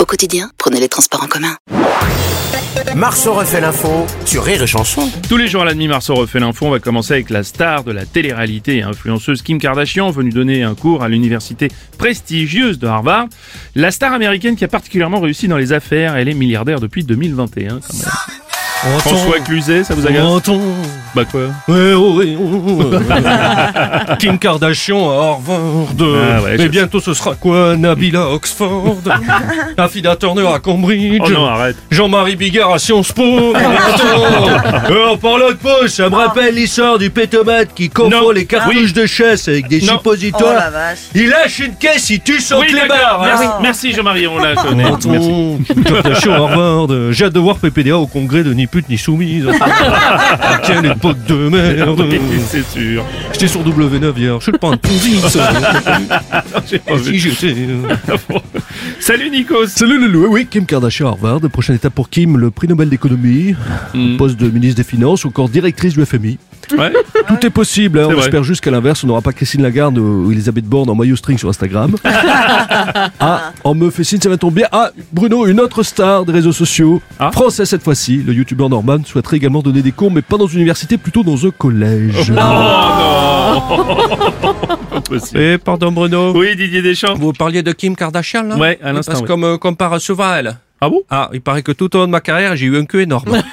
Au quotidien, prenez les transports en commun. Marceau refait l'info sur Rire et Chanson. Tous les jours à la demi-mars, on refait l'info. On va commencer avec la star de la télé-réalité et influenceuse Kim Kardashian, venue donner un cours à l'université prestigieuse de Harvard. La star américaine qui a particulièrement réussi dans les affaires. Elle est milliardaire depuis 2021, quand même. François Cluzet, ça vous agace Entends. Bah quoi Ouais, ouais, ouais, ouais. Kim Kardashian à Harvard. Ah ouais, je sais. Mais bientôt ce sera quoi Nabila à Oxford. Afida Turner à Cambridge. Oh non, arrête. Jean-Marie Bigard à Sciences Po. Mais attends. Euh, en parlant de poche, ça me rappelle l'histoire du pétomate qui confond Non. les cartouches de chasse avec des Non. suppositoires. Il lâche une caisse, il tue son Oui, clébard. d'accord. Merci, merci Jean-Marie, on l'a sonné. Attends, Kim Kardashian à Harvard. J'ai hâte de voir PPDA au congrès de Ni pute ni soumise. Ah, Quelle époque de merde. Oui, C'est sûr. J'étais sur W9 hier, je suis le pas un ponzi, J'ai pas vu. Si j'étais. Salut Nikos. Salut Loulou, oui, Kim Kardashian à Harvard. Prochaine étape pour Kim, le prix Nobel d'économie, Hmm. poste de ministre des Finances ou encore directrice du FMI. Ouais. Tout est possible, hein, on vrai. espère juste qu'à l'inverse, on n'aura pas Christine Lagarde ou Elisabeth Borne en maillot string sur Instagram. ah, on me fait signe, ça va tomber. Ah, Bruno, une autre star des réseaux sociaux, Ah. français cette fois-ci. Le youtubeur Norman souhaiterait également donner des cours, mais pas dans une université, plutôt dans un Oh, collège. Pas possible. Eh, pardon Bruno. Oui, Didier Deschamps. Vous parliez de Kim Kardashian là Ouais, à Oui, l'instant, Parce oui. qu'on me compare souvent à elle. Ah bon Ah, il paraît que tout au long de ma carrière, j'ai eu un cul énorme.